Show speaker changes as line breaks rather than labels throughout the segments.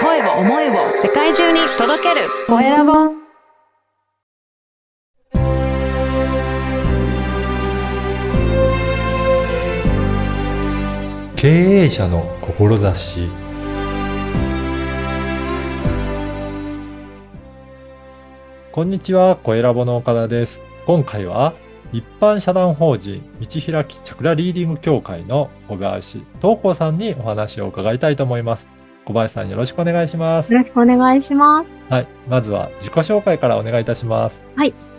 声を思いを世界中に届けるコエラボ
経営者の志こんにちは、コエラボの岡田です。今回は、一般社団法人道開きチャクラリーディング協会の小林東光さんにお話を伺いたいと思います。小林さんよろしくお願いします。
よろしくお願いします。
はい、まずは自己紹介からお願いいたします。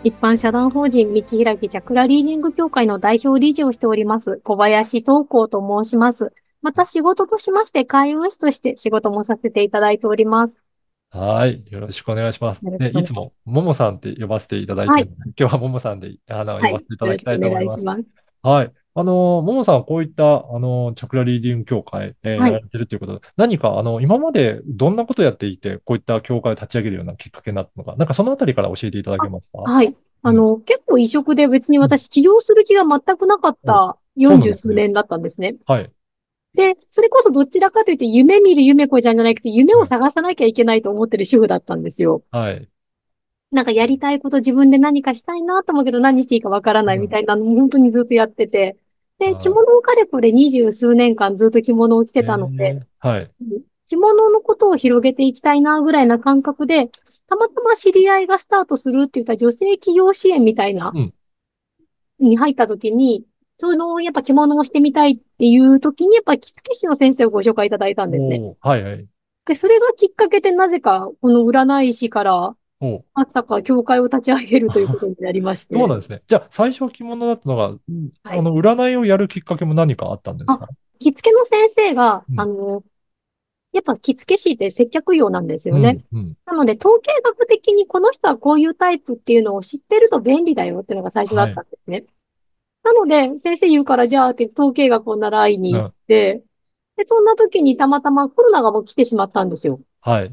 一般社団法人道開きチャクラリーディング協会の代表理事をしております、小林東光と申します。また仕事としまして、開運師として仕事もさせていただいております。
はい。よろしくお願いします。
よろしくお
ね
願いします
いつも、ももさんって呼ばせていただいて
はい
るので、今日はももさんで、あの、呼ばせていただきたいと思います。
ます。
はい。あの、ももさんはこういった、あの、チャクラリーディング協会、えー
はい
やられてるということで、何か、あの、今までどんなことやっていて、こういった協会を立ち上げるようなきっかけになったのか、なんかそのあたりから教えていただけますか
はい。あの、結構異色で別に私起業する気が全くなかった
そうなんです
40数
ね
年だったんですね。
はい。
で、それこそどちらかというと夢見る夢子じゃなくて夢を探さなきゃいけないと思ってる主婦だったんですよ。
はい。
なんかやりたいこと自分で何かしたいなと思うけど何していいかわからないみたいなのも本当にずっとやってて。
は
で、
い
着物をかれこれ二十数年間ずっと着物を着てたので、
えーはい。
着物のことを広げていきたいなぐらいな感覚で、たまたま知り合いがスタートするって言った女性起業支援みたいな
うん、
に入った時に、その、やっぱ着物をしてみたいっていう時に、やっぱ着付け師の先生をご紹介いただいたんですね。
おーはい、はい。
で、それがきっかけでなぜか、この占い師から、
おー
まさか教会を立ち上げるということになりまして。
そうなんですね。じゃあ、最初着物だったのが、
はい
あの、占いをやるきっかけも何かあったんですか
着付けの先生が
う、ん
あの、やっぱ着付け師って接客業なんですよね。
うん、うん。
なので、統計学的にこの人はこういうタイプっていうのを知ってると便利だよっていうのが最初だったんですね。なので、先生言うから、じゃあって統計学を習いに行って、で、そんな時にたまたまコロナがもう来てしまったんですよ。
はい。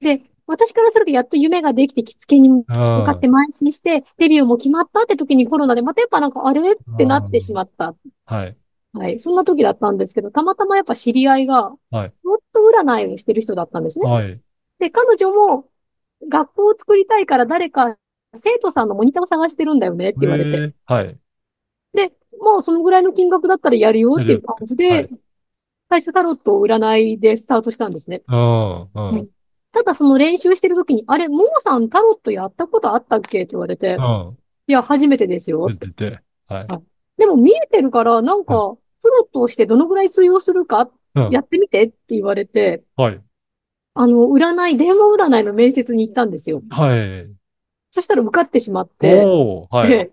で、私からするとやっと夢ができて着付けに向向かって邁進して、デビューも決まったって時にコロナで、またやっぱなんかあれってなってしまった。
うんはい。
はい。そんな時だったんですけど、たまたまやっぱ知り合いが、
はい
もっと占いをしてる人だったんですね。
はい。
で、彼女も、学校を作りたいから誰か生徒さんのモニターを探してるんだよねって言われて。
えーはい。
で、もうそのぐらいの金額だったらやるよっていう感じ
やる
で、最初タロットを占いでスタートしたんですね。
うん、うん。
はいただその練習してる時に、あれ、ももさんタロットやったことあったっけって言われて、
うん。
いや、初めてですよ
言っ。てて。はい。
でも見えてるから、なんか、プロとしてどのぐらい通用するか
うん
やってみてって言われて、
はい。
あの、占い、電話占いの面接に行ったんですよ。
はい。
そしたら受かってしまって、
おー、はい。
で、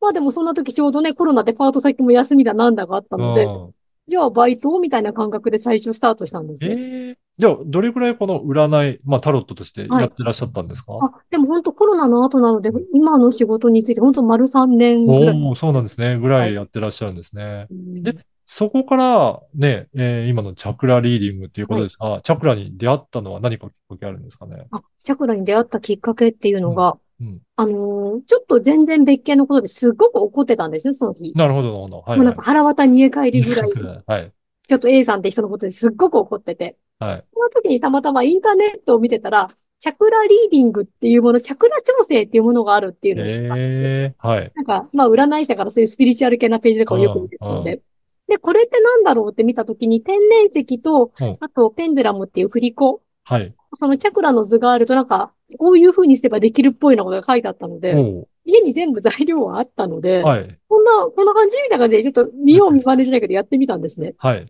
まあでもそんな時ちょうどね、コロナでパート先も休みだなんだがあったので、
うん
じゃあバイトみたいな感覚で最初スタートしたんです
え
ね。
ー、じゃあ、どれくらいこの占い、まあ、タロットとしてやってらっしゃったんですか
あ、でも本当コロナの後なので、今の仕事について本当丸3年ぐらい。
おお、そうなんですね。ぐらいやってらっしゃるんですね。でそこから、ね、えー今のチャクラリーディングっていうことですが、チャクラに出会ったのは何かきっかけあるんですかね。
あ、チャクラに出会ったきっかけっていうのが、
うん。
あのーちょっと全然別件のことですっごく怒ってたんですね、その日。
なるほど、なるほど。はい、
もうなんか腹渡煮え返りぐらい、
はい。はい。
ちょっと A さんって人のことですっごく怒ってて。
はい。
その時にたまたまインターネットを見てたら、チャクラリーディングっていうもの、チャクラ調整っていうものがあるっていうのを知った。
えー、はい。
なんか、まあ、占い師だからそういうスピリチュアル系なページとかをよく見てたの
う
で。で、これってなんだろうって見たときに、天然石と
うん、
あとペンデュラムっていう振り子、
はい。
そのチャクラの図があると、なんか、こういう風にすればできるっぽいのが書いてあったので、
お
家に全部材料はあったの
ー
で、
はい。
こんな、こんな感じみたいな感じで、ちょっと見よう見まねしないけどやってみたんですね。
はい。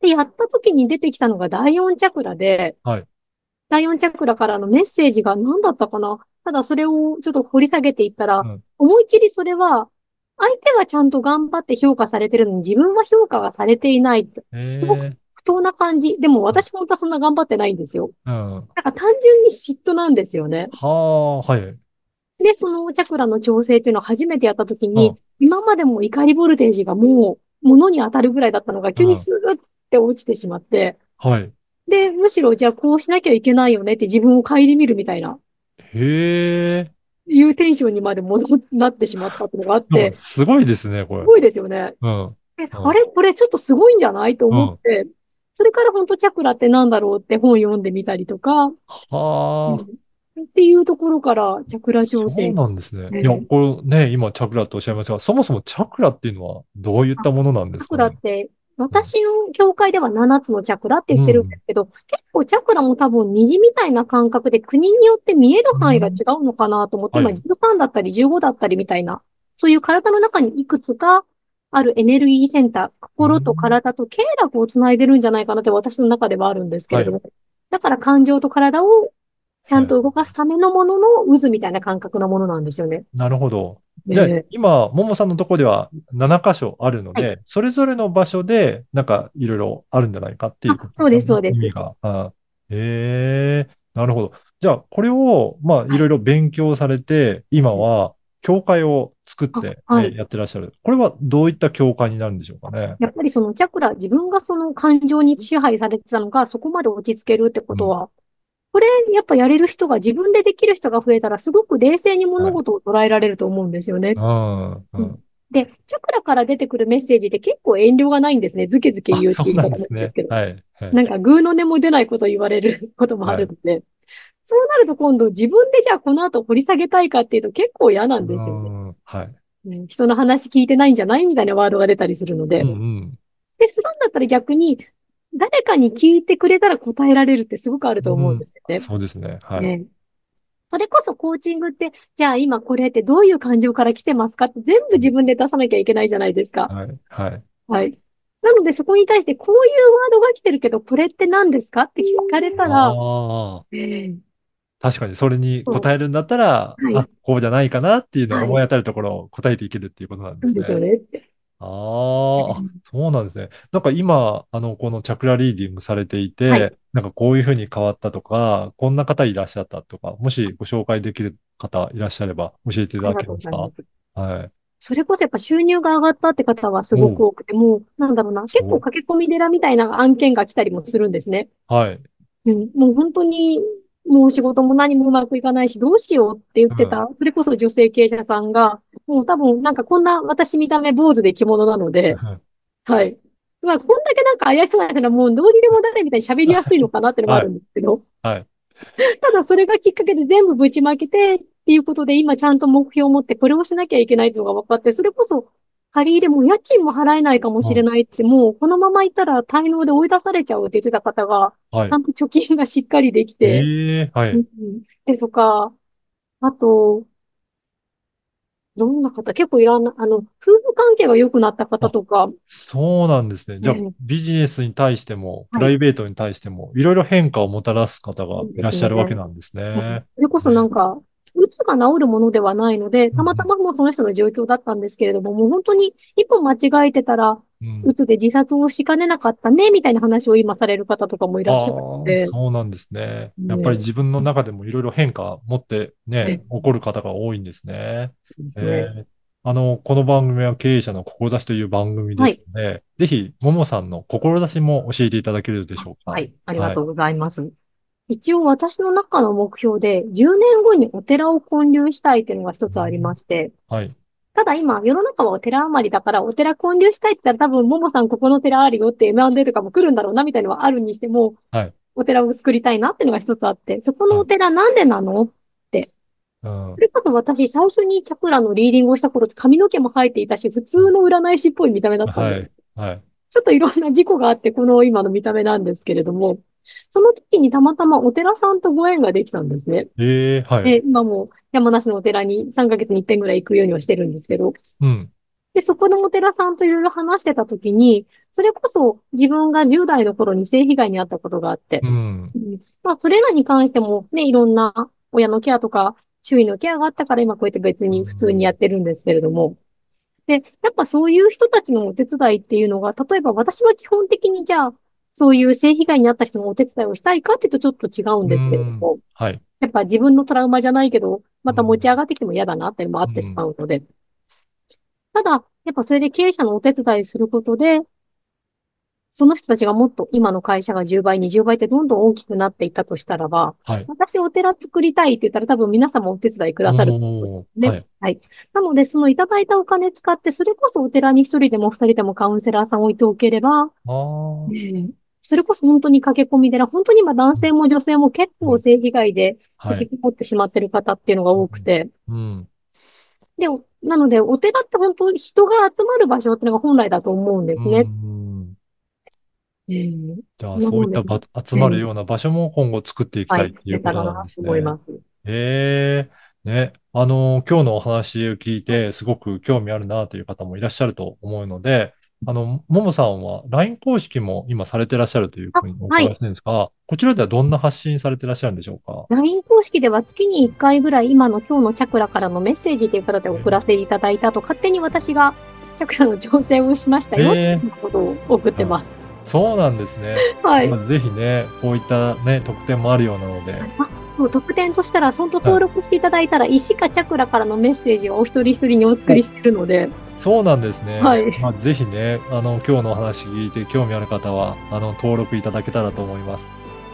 で、やった時に出てきたのが第4チャクラで
はい、
第4チャクラからのメッセージが何だったかなただそれをちょっと掘り下げていったら
うん、
思い切りそれは、相手はちゃんと頑張って評価されてるのに自分は評価がされていない。
え
すごく
ー、
不当な感じ。でも私本当はそんな頑張ってないんですよ。
うん。は
なんか単純に嫉妬なんですよね。
あ、はい。
で、そのチャクラの調整っていうのを初めてやった時
う
に
ん、
今までも怒りボルテージがもう物に当たるぐらいだったのが急
うん
にスーって落ちてしまって、
はい。
で、むしろじゃあこうしなきゃいけないよねって自分を顧みるみたいな、
へえ。
いうテンションにまで戻っなってしまったっていうのがあっ
なん
て、
かすごいですね、これ
す。ごいですよね。
うん。
で
うん
あれこれちょっとすごいんじゃないと思って、それから本当チャクラってなんだろうって本読んでみたりとか、
はあ。
うんっていうところからチャクラ
そ
挑
う
戦。
なんですね。
うん
いや、これね、今、チャクラとおっしゃいますが、そもそもチャクラっていうのはどういったものなんで
チ
す
ャク
か
ラ
ね、
って、私の教会では7つのチャクラって言ってるんですけど、結構チャクラも多分虹みたいな感覚で国によって見える範囲が違うのかなと思って、
うん
今
はい
13だったり15だったりみたいな、そういう体の中にいくつかあるエネルギーセンター、心と体と経絡をつないでるんじゃないかなって私の中ではあるんですけれども、だから感情と体をちゃんと動かすためのものの渦みたいな感覚のものなんですよね。
なるほど。じゃあ
ええ、
今、ももさんのとこでは7箇所あるので、それぞれの場所で、なんか、いろいろあるんじゃないかっていうこと
あそうですそうです
意味が。あへえなるほど。じゃあ、これを、まあ、いろいろ勉強されて、今は、教会を作って、
あはい
えやってらっしゃる。これはどういった教会になるんでしょうかね。
やっぱりそのチャクラ、自分がその感情に支配されてたのが、そこまで落ち着けるってことは、これ、やっぱやれる人が、自分でできる人が増えたら、すごく冷静に物事を捉えられると思うんですよね。
うん。うん
うんで、チャクラから出てくるメッセージって結構遠慮がないんですね。ずけずけ言う
あ
って
そ
いうう
なん
こと
です
なんで
ね
すけ。ど。
はい。はい
なんか、ぐうの音も出ないこと言われることもあるので、そうなると今度自分でじゃあこの後掘り下げたいかっていうと結構嫌なんですよね。
うんはい。
ね人の話聞いてないんじゃないみたいなワードが出たりするので
うん。うん。
で、するんだったら逆に、誰かに聞いてくれたら答えられるってすごくあると思うんですよね。
そうですね。はい。
ねそれこそコーチングって、じゃあ今これってどういう感情から来てますかって全部自分で出さなきゃいけないじゃないですか。
はい。はい。
はい。なのでそこに対してこういうワードが来てるけど、これって何ですかって聞かれた
あ
ら、
あ。
ええ
確かに、それに答えるんだったら
そう、はい
あ、こうじゃないかなっていうのを
はい
思い当たるところを答えていけるっていうことなんで
そう
す
ですよ
ね。
ねって。
あーあ、そうなんですね。なんか今、あの、このチャクラリーディングされていて、
はい
なんかこういうふうに変わったとか、こんな方いらっしゃったとか、もしご紹介できる方いらっしゃれば教えてい
あ
ただ
りが
け
とう
ま
ご
す
ざいま
か
す。
はい。
それこそやっぱ収入が上がったって方はすごく多くて、もう、なんだろうな、結構駆け込み寺みたいな案件が来たりもするんですね。
はい。
うん、もう本当に、もう仕事も何もうまくいかないし、どうしようって言ってた、それこそ女性経営者さんが、もう多分なんかこんな私見た目坊主で着物なの で、はい。まあこんだけなんか怪しそうな人はもうどうにでも誰みたいに喋りやすいのかなってのもあるんですけど、
はい。
ただそれがきっかけで全部ぶちまけてっていうことで今ちゃんと目標を持ってこれをしなきゃいけないっていうのが分かって、それこそ借り入れも家賃も払えないかもしれないって、もうこのまま行ったら滞納で追い出されちゃうって言ってた方が、
はい
ちゃ。んと貯金がしっかりできて、
ええ、は
うんう
い。
んで、とか、あと、どんな方、結構いらんな、あの、夫婦関係が良くなった方とか、
そうなんですね。じゃあ
うん、
ビジネスに対しても、
は
プ
い
ライベートに対しても、いろいろ変化をもたらす方がいらっしゃるわけなんですね。
それこそなんか、うつが治るものではないので、たまたまもうその人の状況だったんですけれども、もう本当に一歩間違えてたら、
うん
うつで自殺をしかねなかったね、みたいな話を今される方とかもいらっしゃるの
あー
で、
そうなんですね。
ね
やっぱり自分の中でもいろいろ変化持ってね
ね、
起こる方が多いんですね。
そうですね
えーあの、この番組は経営者の志という番組ですので、ぜひ、ももさんの志も教えていただけるでしょうか。
はい、ありがとうございます。一応私の中の目標で、10年後にお寺を建立したいっていうのが一つありまして、
はい。
ただ今、世の中はお寺余りだから、お寺建立したいって言ったら多分、ももさんここの寺あるよって M&A とかも来るんだろうなみたいなのはあるにしても、
はい
お寺を作りたいなっていうのが一つあって、そこのお寺なんでなの
うん
それこそ私、最初にチャクラのリーディングをした頃って髪の毛も生えていたし、普通の占い師っぽい見た目だったん
は
です。
い。はい。
ちょっといろんな事故があって、この今の見た目なんですけれども、その時にたまたまお寺さんとご縁ができたんですね。
えー、はい。
で、今も山梨のお寺に3ヶ月に1遍ぐらい行くようにはしてるんですけど、
うん。
で、そこのお寺さんといろいろ話してた時に、それこそ自分が10代の頃に性被害に遭ったことがあって
う、ん。
うんまあ、それらに関してもね、いろんな親のケアとか、周囲のケアがあったから今こうやって別に普通にやってるんですけれども。で、やっぱそういう人たちのお手伝いっていうのが、例えば私は基本的にじゃあ、そういう性被害に遭った人のお手伝いをしたいかっていうとちょっと違うんですけれども。
はい。
やっぱ自分のトラウマじゃないけど、また持ち上がってきても嫌だなっていうのもあってしまうので。ただ、やっぱそれで経営者のお手伝いすることで、その人たちがもっと今の会社が10倍、20倍ってどんどん大きくなっていったとしたらば、
はい。
私お寺作りたいって言ったら多分皆様お手伝いくださる。
おー
ね
はい。
なので、そのいただいたお金使って、それこそお寺に一人でも二人でもカウンセラーさん置いておければ、
あー
一それこそ本当に駆け込み寺、本当に今男性も女性も結構性被害で
は
引
い。
きこもってしまってる方っていうのが多くて、
うん。
で、なので、お寺って本当に人が集まる場所ってのが本来だと思うんです
う
ね。
ん
うん
じゃ
な
あ、
ので
そういった場集まるような場所も今後作っていき
は
たい
い、
っていう
作
こ
れた
と
ら
なん
な
で
と
す
思い
ね。
ます。
ええ、ね、あの、今日のお話を聞いて、すごく興味あるなという方もいらっしゃると思うので、あの、ももさんは LINE 公式も今されてらっしゃるというふうにお
あはい
伺いしてるんですが、こちらではどんな発信されてらっしゃるんでしょうか
LINE 公式では月に1回ぐらい今の今日のチャクラからのメッセージという形で送らせていただいたと、勝手に私がチャクラの調整をしましたよ、
え
と
え
いうことを送ってます。
そうなんですね。
はい。
まあぜひね、こういったね、特典もあるようなので、
あ、そう、特典としたら、そんと登録していただいたら、石かチャクラからのメッセージをお一人一人にお作りしてるので、
そうなんですね。
はい
まあ、ぜひね、あの、今日のお話聞いて興味ある方は、あの、登録いただけたらと思います。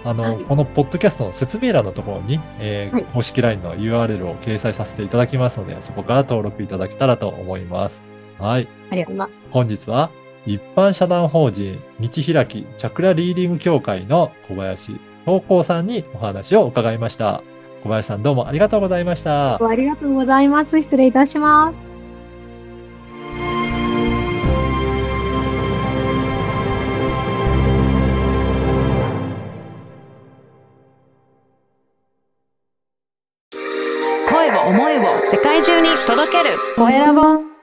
あの、
はい
このポッドキャストの説明欄のところに、えー
はい
公式 LINE の URL を掲載させていただきますので、そこから登録いただけたらと思います。はい。
ありがとうござい
本日は、一般社団法人、道開き、チャクラリーディング協会の小林東光さんにお話を伺いました。小林さんどうもありがとうございました
ます。。ありがとうございます。失礼いたします。
声を思いを世界中に届けるコエラボ